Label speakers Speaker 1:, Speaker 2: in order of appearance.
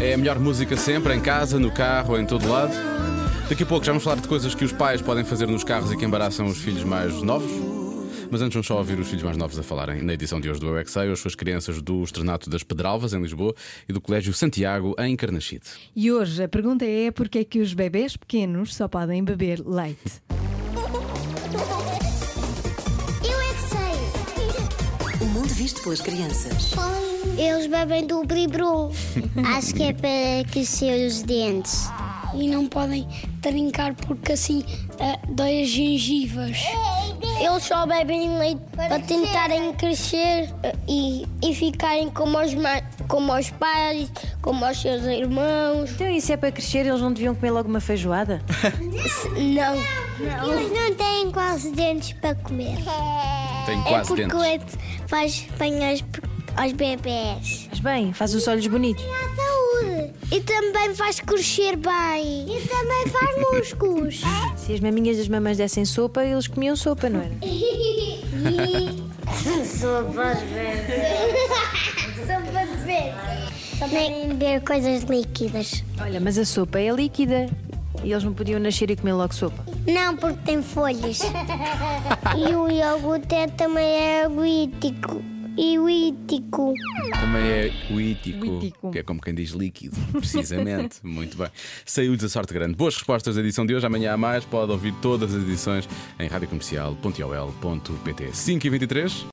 Speaker 1: É a melhor música sempre, em casa, no carro, em todo lado. Daqui a pouco já vamos falar de coisas que os pais podem fazer nos carros e que embaraçam os filhos mais novos. Mas antes vamos só ouvir os filhos mais novos a falarem na edição de hoje do É UXA, hoje com as crianças do Estrenato das Pedralvas, em Lisboa, e do Colégio Santiago, em Carnaxide.
Speaker 2: E hoje a pergunta é porque é que os bebés pequenos só podem beber leite?
Speaker 3: Eu é que
Speaker 4: O mundo visto pelas crianças.
Speaker 3: sei. Eles bebem do bribrum. Acho que é para crescer os dentes.
Speaker 5: e não podem trincar porque assim eh, dói as gengivas.
Speaker 3: Eles só bebem leite para, tentarem crescer eh, e, e ficarem como os, ma- como os pais, como os seus irmãos.
Speaker 6: Então, e se é para crescer, eles não deviam comer logo uma feijoada?
Speaker 3: Não. Eles não têm quase dentes para comer.
Speaker 1: Tem
Speaker 3: É
Speaker 1: quase
Speaker 3: porque
Speaker 1: dentes.
Speaker 3: o leite faz bem aos, aos bebés.
Speaker 6: Mas bem, faz os olhos bonitos.
Speaker 3: à saúde. E também faz crescer bem. E também faz músculos.
Speaker 6: Se as maminhas das mamães dessem sopa, eles comiam sopa, não era?
Speaker 3: Sopa de bebê. Sopa de bebê. Nem beber coisas líquidas.
Speaker 6: Olha, mas a sopa é líquida. E eles não podiam nascer e comer logo sopa.
Speaker 3: Não, porque tem folhas. e o iogurte é, também é lítico. E lítico.
Speaker 1: Também é o ítico,
Speaker 2: Ítico.
Speaker 1: que é como quem diz líquido, precisamente. Muito bem. Saiu-lhes a sorte grande. Boas respostas da edição de hoje. Amanhã há mais. Pode ouvir todas as edições em radiocomercial.ol.pt 5 e 23.